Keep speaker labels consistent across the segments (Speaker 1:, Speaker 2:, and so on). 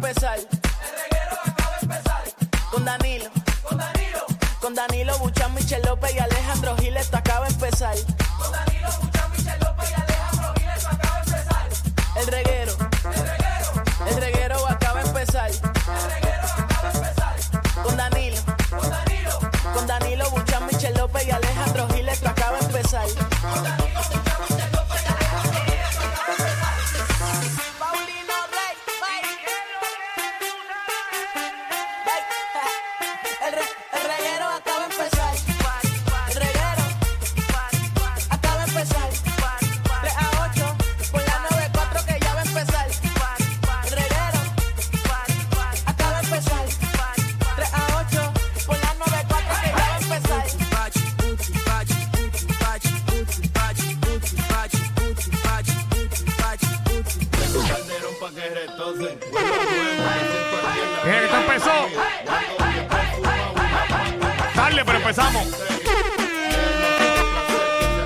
Speaker 1: empezar. El reguero acaba de empezar. Con Danilo. Con Danilo. Con Danilo Buchan, Michel López y Alejandro Gil, esto acaba de empezar. Con Danilo Buchan, Michel López y Alejandro Gil, esto acaba de empezar. El reguero. El reguero. El reguero acaba de empezar. El reguero acaba de empezar. Con Danilo. Con Danilo. Con Danilo Buchan, Michel López y Alejandro Gil, esto acaba de empezar. Paulino Rey, El, re- el reguero acaba de empezar. El reguero acaba de empezar. 3 a 8 por la 94 que ya va a empezar. El reguero acaba de empezar. 3 a 8 por la 94 que ya va a empezar.
Speaker 2: Calderón pa' que retocen. Huevo, huevo, que se partieron la
Speaker 3: Mira que esto empezó. Tarde, pero empezamos.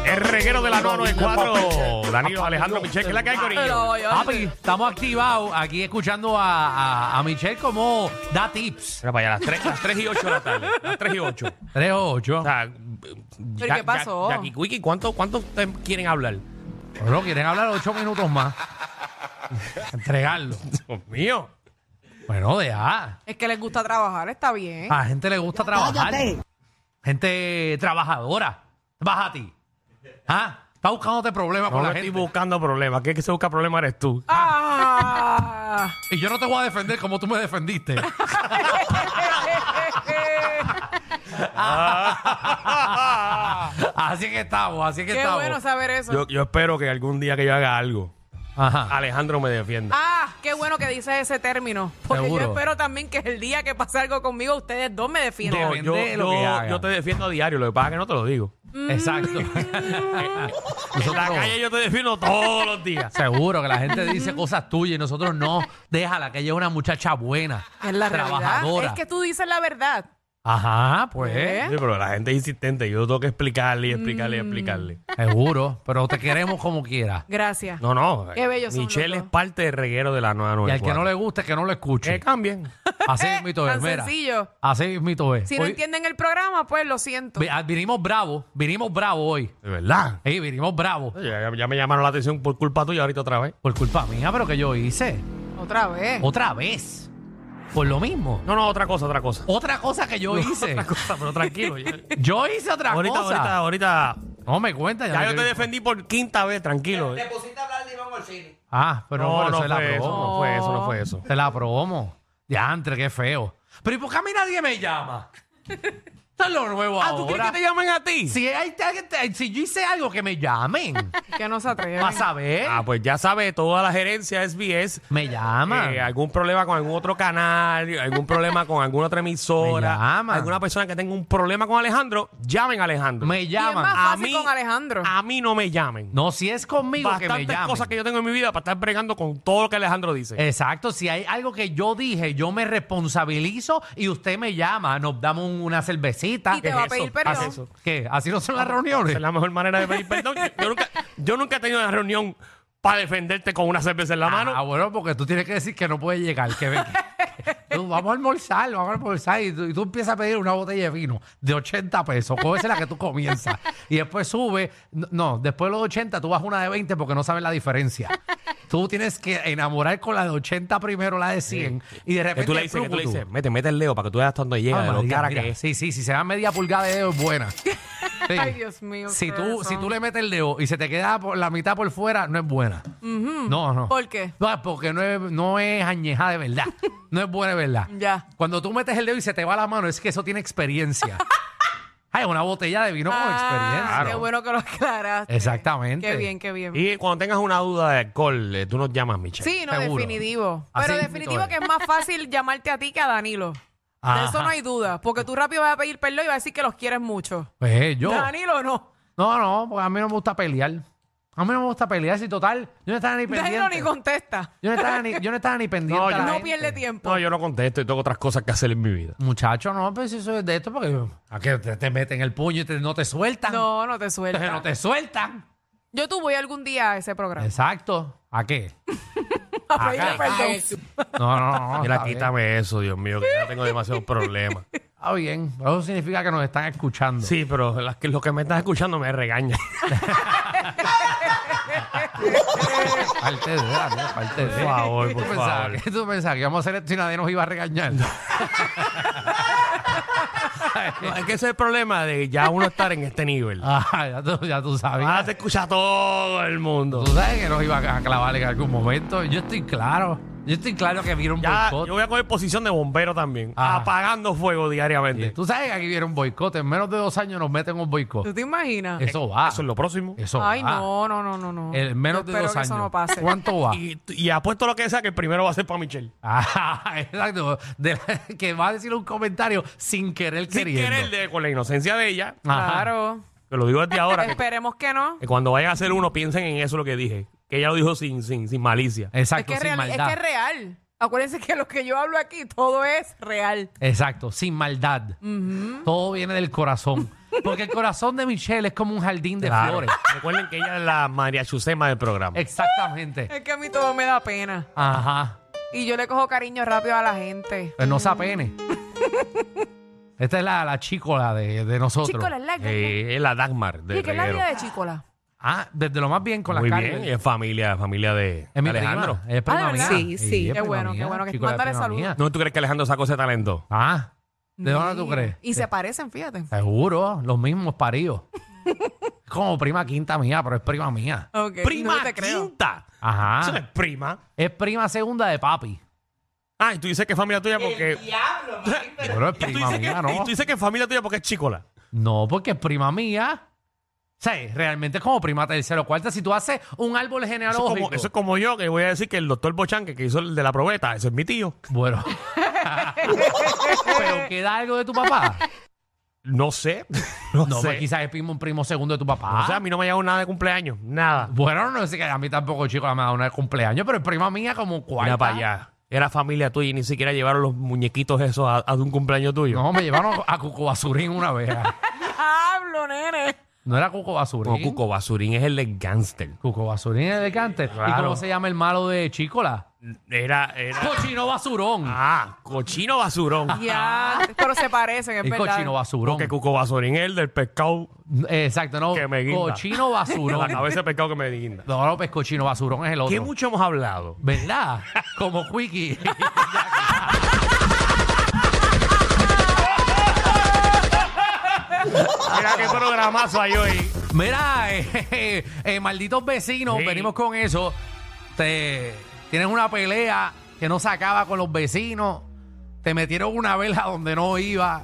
Speaker 3: El reguero de la 994. Danilo Alejandro Michel, que la que hay, Corillo.
Speaker 4: Papi, estamos activados aquí escuchando a, a- a Michelle como da tips.
Speaker 3: Mira para allá, las 3, las 3 y 8 de la tarde. Las 3 y 8.
Speaker 4: 3 o
Speaker 3: O
Speaker 4: 8.
Speaker 3: sea, ya-
Speaker 5: qué pasó?
Speaker 3: ya- Jackie Quickie, ¿cuánto, ¿cuánto ustedes quieren hablar?
Speaker 4: Pero quieren hablar 8 minutos más. Entregarlo.
Speaker 3: Dios mío.
Speaker 4: Bueno, deja.
Speaker 5: Es que les gusta trabajar, está bien.
Speaker 4: A la gente le gusta trabajar. Gente trabajadora. Baja a ti. ¿Ah? Está buscándote problemas
Speaker 3: No
Speaker 4: con
Speaker 3: me
Speaker 4: la
Speaker 3: estoy
Speaker 4: gente.
Speaker 3: buscando problemas. ¿Qué es que se busca problemas eres tú?
Speaker 5: Ah.
Speaker 4: Y yo no te voy a defender como tú me defendiste. así que estamos, así que
Speaker 5: Qué
Speaker 4: estamos.
Speaker 5: bueno saber eso.
Speaker 3: Yo, yo espero que algún día que yo haga algo,
Speaker 4: Ajá.
Speaker 3: Alejandro me defienda.
Speaker 5: Ah, qué bueno que dices ese término. Porque
Speaker 4: Seguro.
Speaker 5: yo espero también que el día que pase algo conmigo, ustedes dos me defiendan.
Speaker 3: No,
Speaker 4: depende
Speaker 3: yo,
Speaker 4: de lo
Speaker 3: yo-
Speaker 4: que haga.
Speaker 3: yo te defiendo a diario, lo que pasa es que no te lo digo.
Speaker 5: Mm.
Speaker 4: Exacto.
Speaker 3: En la
Speaker 4: Nosotros-
Speaker 3: calle yo te defiendo todos los días.
Speaker 4: Seguro que la gente dice cosas tuyas y nosotros no. Déjala, que ella es una muchacha buena.
Speaker 5: Es la realidad.
Speaker 4: trabajadora.
Speaker 5: Es que tú dices la verdad.
Speaker 4: Ajá, pues.
Speaker 5: ¿Eh?
Speaker 3: Sí, pero la gente es insistente, yo tengo que explicarle y explicarle y explicarle.
Speaker 4: Seguro. Pero te queremos como quieras.
Speaker 5: Gracias.
Speaker 3: No, no.
Speaker 5: Qué bellos son
Speaker 3: Michelle
Speaker 5: los
Speaker 3: es
Speaker 5: dos.
Speaker 3: parte del reguero de la nueva
Speaker 4: Y al que no le guste, que no lo
Speaker 3: Que
Speaker 4: escuche.
Speaker 3: cambien.
Speaker 4: Así mismito es,
Speaker 5: Eh, Tan
Speaker 4: mira.
Speaker 5: sencillo.
Speaker 4: Así mismito es.
Speaker 5: Si no
Speaker 4: Hoy
Speaker 5: entienden el programa, pues lo siento.
Speaker 4: vi- ah, vinimos bravos, vinimos bravos hoy.
Speaker 3: De verdad.
Speaker 4: Sí, vinimos bravos.
Speaker 3: Ya, ya me llamaron la atención por culpa tuya ahorita otra vez.
Speaker 4: Por culpa mía, pero que yo hice.
Speaker 5: Otra vez.
Speaker 4: Otra vez. Por lo mismo.
Speaker 3: No, no, otra cosa, otra cosa.
Speaker 4: Otra cosa que yo hice.
Speaker 3: Otra cosa, pero tranquilo. ya.
Speaker 4: Yo hice otra
Speaker 3: ahorita, ahorita,
Speaker 4: cosa.
Speaker 3: ahorita.
Speaker 4: No me cuenta.
Speaker 3: Ya yo te
Speaker 4: defendí.
Speaker 3: defendí por quinta vez, tranquilo. eh.
Speaker 4: Ah, pero no,
Speaker 3: No, no
Speaker 4: pero eso es la
Speaker 3: fue eso,
Speaker 4: promo.
Speaker 3: no fue eso, no fue eso.
Speaker 4: Se la promo. Diantre, qué feo. Pero ¿y por qué a mí nadie me llama? Esto es lo nuevo
Speaker 3: Ah, ¿tú quieres
Speaker 4: ahora.
Speaker 3: que te llamen a ti?
Speaker 4: Si, hay alguien te- si yo hice algo, que me llamen.
Speaker 5: Que no se atreven.
Speaker 4: Para saber.
Speaker 3: Ah, pues ya sabe, toda la gerencia SBS
Speaker 4: me llaman.
Speaker 3: Eh, algún problema con algún otro canal, algún problema con alguna otra
Speaker 4: Me
Speaker 3: emisora,
Speaker 4: llaman.
Speaker 3: alguna persona que tenga un problema con Alejandro, llamen a Alejandro.
Speaker 4: me
Speaker 5: Y es más
Speaker 4: llaman.
Speaker 3: a
Speaker 5: fácil
Speaker 3: mí-
Speaker 5: con Alejandro.
Speaker 3: A mí no me llamen.
Speaker 4: No, si es conmigo que me
Speaker 3: Bastantes
Speaker 4: llamen.
Speaker 3: cosas que yo tengo en mi vida para estar bregando con todo lo que Alejandro dice.
Speaker 4: Exacto, si hay algo que yo dije, yo me responsabilizo y usted me llama, nos damos un- una cervecita. Ah,
Speaker 5: Y te
Speaker 4: ¿Qué
Speaker 5: va
Speaker 4: es
Speaker 5: a pedir
Speaker 4: eso?
Speaker 5: perdón.
Speaker 4: Así- ¿Qué? ¿Así no son las reuniones?
Speaker 3: Esa es la mejor manera de pedir perdón. Yo nunca, yo nunca he tenido una reunión para defenderte con una cerveza en la mano.
Speaker 4: Ah, bueno, porque tú tienes que decir que no puedes llegar. Que, ven- que- tú, vamos a almorzar, vamos a almorzar. Y tú, y tú empiezas a pedir una botella de vino de 80 pesos. Cógese la que tú comienzas. Y después sube. No, No, después de los 80 tú vas una de 20 porque no sabes la diferencia. Tú tienes que enamorar con la de 80 primero, la de 100. Y de repente.
Speaker 3: que tú le dices, que tú le
Speaker 4: plucutu.
Speaker 3: dices, mete, mete el dedo para que tú veas hasta dónde
Speaker 4: Ah,
Speaker 3: llega, de lo
Speaker 4: María,
Speaker 3: cara
Speaker 4: mira,
Speaker 3: que es.
Speaker 4: Sí, sí, si se da media pulgada de dedo es buena. Sí.
Speaker 5: Ay, Dios mío.
Speaker 4: Si
Speaker 5: qué
Speaker 4: tú, si
Speaker 5: razón.
Speaker 4: tú le metes el dedo y se te queda por la mitad por fuera, no es buena. No, no.
Speaker 5: ¿Por qué?
Speaker 4: No, es porque no es, no es añeja de verdad. No es buena de verdad.
Speaker 5: Ya.
Speaker 4: Cuando tú metes el dedo y se te va la mano, es que eso tiene experiencia. Hay una botella de vino con experiencia.
Speaker 5: Ah, Qué bueno que lo aclaraste.
Speaker 4: Exactamente.
Speaker 5: Qué bien, qué bien.
Speaker 3: Y cuando tengas una duda de alcohol, eh, tú nos llamas, Michelle.
Speaker 5: Sí, no,
Speaker 4: Seguro.
Speaker 5: definitivo.
Speaker 4: Así
Speaker 5: Pero
Speaker 4: mismo
Speaker 5: definitivo
Speaker 4: es.
Speaker 5: que es más fácil llamarte a ti que a Danilo. De eso
Speaker 4: Ajá.
Speaker 5: no hay duda. Porque tú rápido vas a pedir perdón y vas a decir que los quieres mucho.
Speaker 4: Pues yo.
Speaker 5: Danilo no.
Speaker 4: No, no, porque a mí no me gusta pelear. A mí no me gusta pelear. Si total, yo no estaba ni pendiente.
Speaker 5: Danilo ni contesta.
Speaker 4: yo, no estaba ni, yo no estaba ni pendiente.
Speaker 3: No,
Speaker 4: a
Speaker 3: yo-
Speaker 4: la
Speaker 5: No
Speaker 4: gente.
Speaker 5: pierde tiempo.
Speaker 3: No, yo no contesto y tengo otras cosas que hacer en mi vida.
Speaker 4: Muchacho, no, pues eso es de esto porque a que te, te meten el puño y te- no te sueltan.
Speaker 5: No, no te
Speaker 4: Entonces no
Speaker 5: suelta.
Speaker 4: te sueltan.
Speaker 5: Yo tú voy algún día a ese programa.
Speaker 4: Exacto. ¿A qué?
Speaker 5: a pedirle
Speaker 4: Acá.
Speaker 5: perdón.
Speaker 4: No, no, no.
Speaker 3: Mira,
Speaker 4: está bien.
Speaker 3: quítame eso, Dios mío, que ya tengo demasiados problemas.
Speaker 4: Está Ah, bien. Eso significa que nos están escuchando.
Speaker 3: Sí, pero las que, los que me estás escuchando me regañan.
Speaker 4: Parte de, dale, parte
Speaker 3: Por
Speaker 4: de.
Speaker 3: favor, por
Speaker 4: ¿Tú pensabas
Speaker 3: favor.
Speaker 4: que- ¿Tú pensabas que íbamos a hacer esto y nadie nos iba a regañar?
Speaker 3: No, es que ese es el problema de ya uno estar en este nivel.
Speaker 4: Ah, ya tú, ya tú sabes.
Speaker 3: Ahora Ah, te escucha todo el mundo.
Speaker 4: Tú sabes que nos iba a clavar en algún momento. Yo estoy claro. Yo estoy claro que vieron
Speaker 3: Ya,
Speaker 4: boicot.
Speaker 3: yo voy a coger posición de bombero también,
Speaker 4: Ajá.
Speaker 3: apagando fuego diariamente.
Speaker 4: Tú sabes que aquí vieron boicot. En menos de dos años nos meten un boicot.
Speaker 5: ¿Tú te imaginas?
Speaker 4: Eso va.
Speaker 3: Eso es lo próximo.
Speaker 4: Eso
Speaker 5: Ay,
Speaker 4: va.
Speaker 5: no, no, no, no, no.
Speaker 4: En menos de
Speaker 5: Yo espero
Speaker 4: dos
Speaker 5: que
Speaker 4: años.
Speaker 5: eso no pase.
Speaker 4: ¿Cuánto va?
Speaker 3: Y, y apuesto lo que sea que el primero va a ser para Michelle.
Speaker 4: Ah, exacto. De la- que va a decir un comentario sin querer
Speaker 3: Sin
Speaker 4: queriendo.
Speaker 3: querer, de- con la inocencia de ella,
Speaker 4: Ajá.
Speaker 5: Claro.
Speaker 3: que lo digo desde ahora, que,
Speaker 5: Esperemos que no.
Speaker 3: que cuando vayan a hacer uno piensen en eso lo que dije. Que ella lo dijo sin, sin, sin malicia.
Speaker 5: Es
Speaker 4: Exacto,
Speaker 5: que es,
Speaker 4: sin
Speaker 5: real, es
Speaker 4: maldad.
Speaker 5: que es real. Acuérdense que lo que yo hablo aquí, todo es real.
Speaker 4: Exacto, sin maldad. Todo viene del corazón. Porque el corazón de Michelle es como un jardín de
Speaker 3: Claro.
Speaker 4: flores.
Speaker 3: Recuerden que ella es la María Chusema del programa.
Speaker 4: Exactamente.
Speaker 5: Es que a mí todo me da pena.
Speaker 4: Ajá.
Speaker 5: Y yo le cojo cariño rápido a la gente.
Speaker 4: Pues no se apene. Esta es la, la chicola de, de nosotros.
Speaker 5: Chicola, es larga.
Speaker 3: Eh, es la Dagmar
Speaker 5: ¿Y
Speaker 3: del
Speaker 5: qué es la
Speaker 3: reguero.
Speaker 5: vida de Chicola?
Speaker 4: Ah, desde lo más bien con
Speaker 3: Muy
Speaker 4: la
Speaker 3: bien, y es familia, familia de
Speaker 4: Es mi
Speaker 3: Alejandro.
Speaker 4: prima. Es prima
Speaker 5: Ah, ¿de
Speaker 4: mía.
Speaker 5: verdad? Sí, sí.
Speaker 4: es
Speaker 5: Qué
Speaker 4: prima
Speaker 5: bueno, qué bueno que-
Speaker 4: Chicola es
Speaker 5: mándale
Speaker 4: prima
Speaker 5: saludos.
Speaker 4: mía.
Speaker 3: ¿No tú crees que Alejandro sacó ese talento?
Speaker 4: Ah, ¿de dónde tú
Speaker 5: Mira.
Speaker 4: crees?
Speaker 5: Y se parecen, fíjate.
Speaker 4: Seguro, los mismos paridos. Es como prima quinta mía, pero es prima mía.
Speaker 5: Okay.
Speaker 3: ¡Prima
Speaker 5: no te creo.
Speaker 3: quinta! Eso no es
Speaker 4: Ajá.
Speaker 3: prima.
Speaker 4: Es prima segunda de papi.
Speaker 3: Ah, y tú dices que es familia tuya porque...
Speaker 4: Pero es
Speaker 3: Y tú,
Speaker 4: prima
Speaker 3: dices
Speaker 4: mía,
Speaker 3: que, y
Speaker 4: ¿no?
Speaker 3: tú dices que es familia tuya porque es chicola.
Speaker 4: No, porque es prima mía. O sea, realmente es como prima tercero o cuarta. Si tú haces un árbol
Speaker 3: Eso es,
Speaker 4: genealógico.
Speaker 3: como, eso es como yo que voy a decir que el doctor Bochanque que hizo el de la probeta, ese es mi tío.
Speaker 4: Bueno. Pero queda algo de tu papá.
Speaker 3: No sé. No,
Speaker 4: No,
Speaker 3: sé.
Speaker 4: pues quizás es primo, un primo segundo de tu papá.
Speaker 3: O sea, a mí no me ha llegado nada de cumpleaños. Nada.
Speaker 4: bueno, no sé que a mí tampoco, chico, me ha dado una de cumpleaños, pero es prima mía como cuarta.
Speaker 3: Mira para allá. Era familia tuya y ni siquiera llevaron los muñequitos esos a, a un cumpleaños tuyo.
Speaker 4: No, me llevaron a Cuco Basurín una vez.
Speaker 5: Hablo, nene.
Speaker 4: No era Cuco Basurín.
Speaker 3: No, Cuco Basurín es el del gángster.
Speaker 4: Cuco Basurín es elegante. ¿Y
Speaker 3: Claro.
Speaker 4: cómo se llama el malo de Chicola?
Speaker 3: Era, era.
Speaker 4: Cochino Basurón.
Speaker 3: Ah, cochino basurón.
Speaker 5: Ya. Pero se parecen, es
Speaker 4: el
Speaker 5: verdad.
Speaker 4: cochino basurón.
Speaker 3: Porque Cuco Basurín es el del pescado.
Speaker 4: Exacto, no.
Speaker 3: Que me guinda.
Speaker 4: Cochino
Speaker 3: de la
Speaker 4: basurón.
Speaker 3: cabeza de pescado que me guinda.
Speaker 4: No, López Cochino Basurón es el
Speaker 3: ¿Qué
Speaker 4: otro.
Speaker 3: mucho hemos hablado?
Speaker 4: ¿Verdad? Como Quickie.
Speaker 3: Mira qué programazo hay hoy.
Speaker 4: Mira, eh, eh, eh, malditos vecinos,
Speaker 3: Sí.
Speaker 4: venimos con eso. Te, tienes una pelea que no se acaba con los vecinos. Te metieron una vela donde no iba.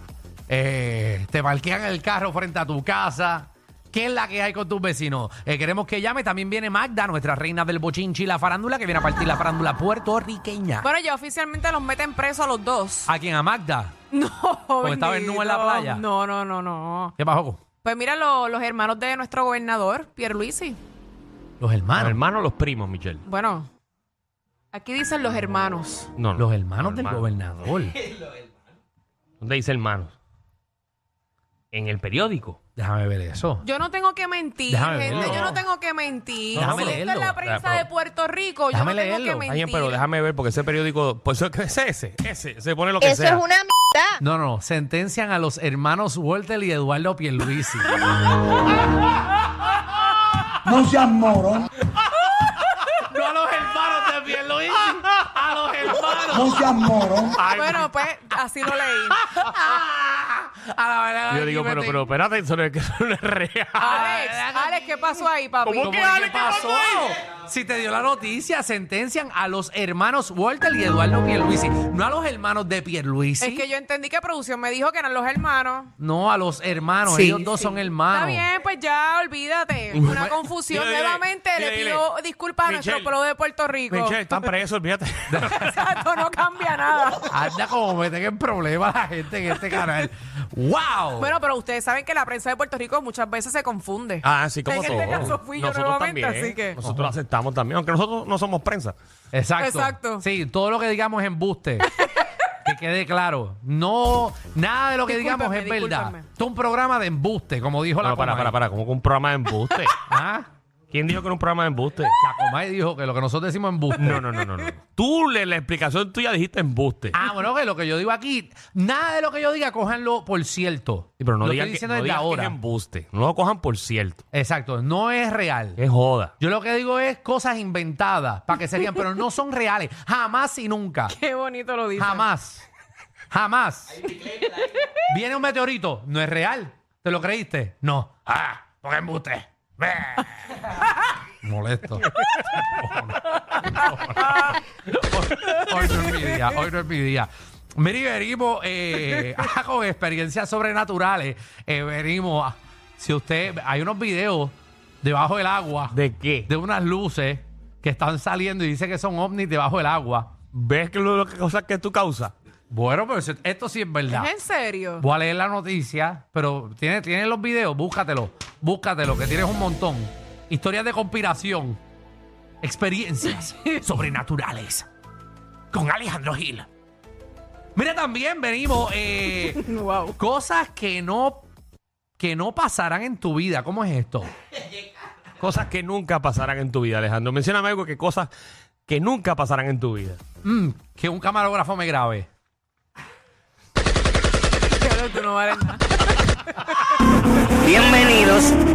Speaker 4: eh, te parquean el carro frente a tu casa. ¿Qué es la que hay con tus vecinos? Eh, queremos que llame. También viene Magda, nuestra reina del bochinchi y la farándula, que viene a partir la farándula puertorriqueña.
Speaker 5: Bueno, ya oficialmente los meten presos a los dos.
Speaker 4: ¿A quién? ¿A Magda?
Speaker 5: No,
Speaker 4: Ah. Porque estaba en
Speaker 5: bendito.
Speaker 4: nube en la playa.
Speaker 5: No, no, no, no.
Speaker 4: ¿Qué pasó?
Speaker 5: Pues mira, lo- los hermanos de nuestro gobernador, Pierluisi.
Speaker 4: Los
Speaker 3: Los
Speaker 4: hermanos.
Speaker 3: hermanos, los primos, Michelle.
Speaker 5: Bueno, aquí dicen los hermanos.
Speaker 3: No, no.
Speaker 4: Los hermanos
Speaker 3: Los
Speaker 4: del
Speaker 3: hermanos.
Speaker 4: gobernador.
Speaker 3: ¿Dónde dice hermanos? En el periódico.
Speaker 4: Déjame ver eso.
Speaker 5: Yo no tengo que mentir,
Speaker 4: Déjame
Speaker 5: gente.
Speaker 4: verlo.
Speaker 5: Yo no tengo que mentir.
Speaker 4: Déjame
Speaker 5: si esto es
Speaker 4: leerlo.
Speaker 5: la prensa
Speaker 3: Déjame-
Speaker 5: de Puerto Rico, yo
Speaker 4: Déjame
Speaker 5: no tengo
Speaker 4: leerlo.
Speaker 5: que
Speaker 3: Está
Speaker 5: mentir.
Speaker 3: bien, pero déjame ver porque ese periódico. Pues eso- ese, ese, ese. Se pone lo que
Speaker 6: Eso
Speaker 3: sea.
Speaker 6: es una mierda.
Speaker 5: Ah.
Speaker 4: No, no, sentencian a los hermanos Walter y Eduardo Pierluisi.
Speaker 7: No seas moro,
Speaker 4: no a los hermanos de Pierluisi, a los hermanos.
Speaker 7: no seas moro.
Speaker 3: Ay,
Speaker 5: Bueno, pues así lo leí.
Speaker 4: a la verdad.
Speaker 3: yo digo, pero, pero espérate, eso no es, eso no es real.
Speaker 5: Alex, Alex, ¿qué pasó ahí, papi?
Speaker 3: Ah, ¿Cómo que Ale, qué pasó?
Speaker 4: Si te dio la noticia, sentencian a los hermanos Walter y Eduardo Pierluisi, no a los hermanos de Pierluisi.
Speaker 5: Es que yo entendí que producción me dijo que eran los hermanos.
Speaker 4: No, a los hermanos,
Speaker 6: Sí,
Speaker 4: ellos dos son hermanos.
Speaker 5: Está bien, pues ya, olvídate. Una confusión.
Speaker 3: Dile, dile,
Speaker 5: Nuevamente
Speaker 3: dile,
Speaker 5: le
Speaker 3: dile.
Speaker 5: pido disculpas a nuestro
Speaker 3: Michelle.
Speaker 5: pueblo de Puerto Rico.
Speaker 3: Michelle, están presos, olvídate.
Speaker 5: Exacto, no cambia nada.
Speaker 4: Anda como meten en problemas a la gente en este canal. ¡Wow!
Speaker 5: Bueno, pero ustedes saben que la prensa de Puerto Rico muchas veces se confunde.
Speaker 3: Ah, sí, como
Speaker 5: En
Speaker 3: todo.
Speaker 5: este caso fui yo nuevamente, así que.
Speaker 3: Nosotros lo aceptamos también, aunque nosotros no somos prensa.
Speaker 4: Exacto.
Speaker 5: Exacto.
Speaker 4: Sí, todo lo que digamos es embuste. que quede claro. No, nada de lo que digamos es
Speaker 5: Discúlpame,
Speaker 4: verdad.
Speaker 5: discúlpame.
Speaker 4: Esto es un programa de embuste, como dijo la
Speaker 3: No, para,
Speaker 4: Comay.
Speaker 3: para, para, como que un programa de embuste.
Speaker 4: ¿Ah?
Speaker 3: ¿Quién dijo que era un programa de embuste?
Speaker 4: La Comay dijo que lo que nosotros decimos en busto.
Speaker 3: No, no, no, no, no. Tú, le- la explicación tuya dijiste embuste.
Speaker 4: Ah, bueno, que lo que yo digo aquí, nada de lo que yo diga, cójanlo por cierto.
Speaker 3: Sí, pero no
Speaker 4: lo
Speaker 3: digan
Speaker 4: estoy
Speaker 3: que,
Speaker 4: diciendo
Speaker 3: no
Speaker 4: desde
Speaker 3: digan que
Speaker 4: ahora.
Speaker 3: es embuste. No lo cojan por cierto.
Speaker 4: Exacto, no es real.
Speaker 3: Es joda.
Speaker 4: Yo lo que digo es cosas inventadas para que se rían, pero no son reales. Jamás y nunca.
Speaker 5: Qué bonito lo dice.
Speaker 4: Jamás. Jamás. Viene un meteorito. No es real. ¿Te lo creíste? No. Ah, porque embuste. Beh. Molesto. hoy no es mi día. Hoy no es mi día. Miri, venimos eh, ah, con experiencias sobrenaturales. eh, venimos. a- si usted. Hay unos videos debajo del agua
Speaker 3: ¿De qué?
Speaker 4: de unas luces que están saliendo y dice que son ovnis debajo del agua.
Speaker 3: ¿Ves que lo, lo que cosas que tú causas?
Speaker 4: Bueno, pero si- esto sí es verdad.
Speaker 5: ¿Es en serio?
Speaker 4: Voy a leer la noticia, pero tiene, tiene los videos, búscatelo, búscatelo, que tienes un montón. Historias de conspiración, experiencias sobrenaturales con Alejandro Gil. Mira, también venimos eh,
Speaker 5: wow.
Speaker 4: cosas que no que no pasarán en tu vida. ¿Cómo es esto?
Speaker 3: Cosas que nunca pasarán en tu vida, Alejandro. Mencióname algo que cosas que nunca pasarán en tu vida.
Speaker 4: Mm, que un camarógrafo me grabe.
Speaker 5: Diablo, tú no vales nada.
Speaker 6: Bienvenidos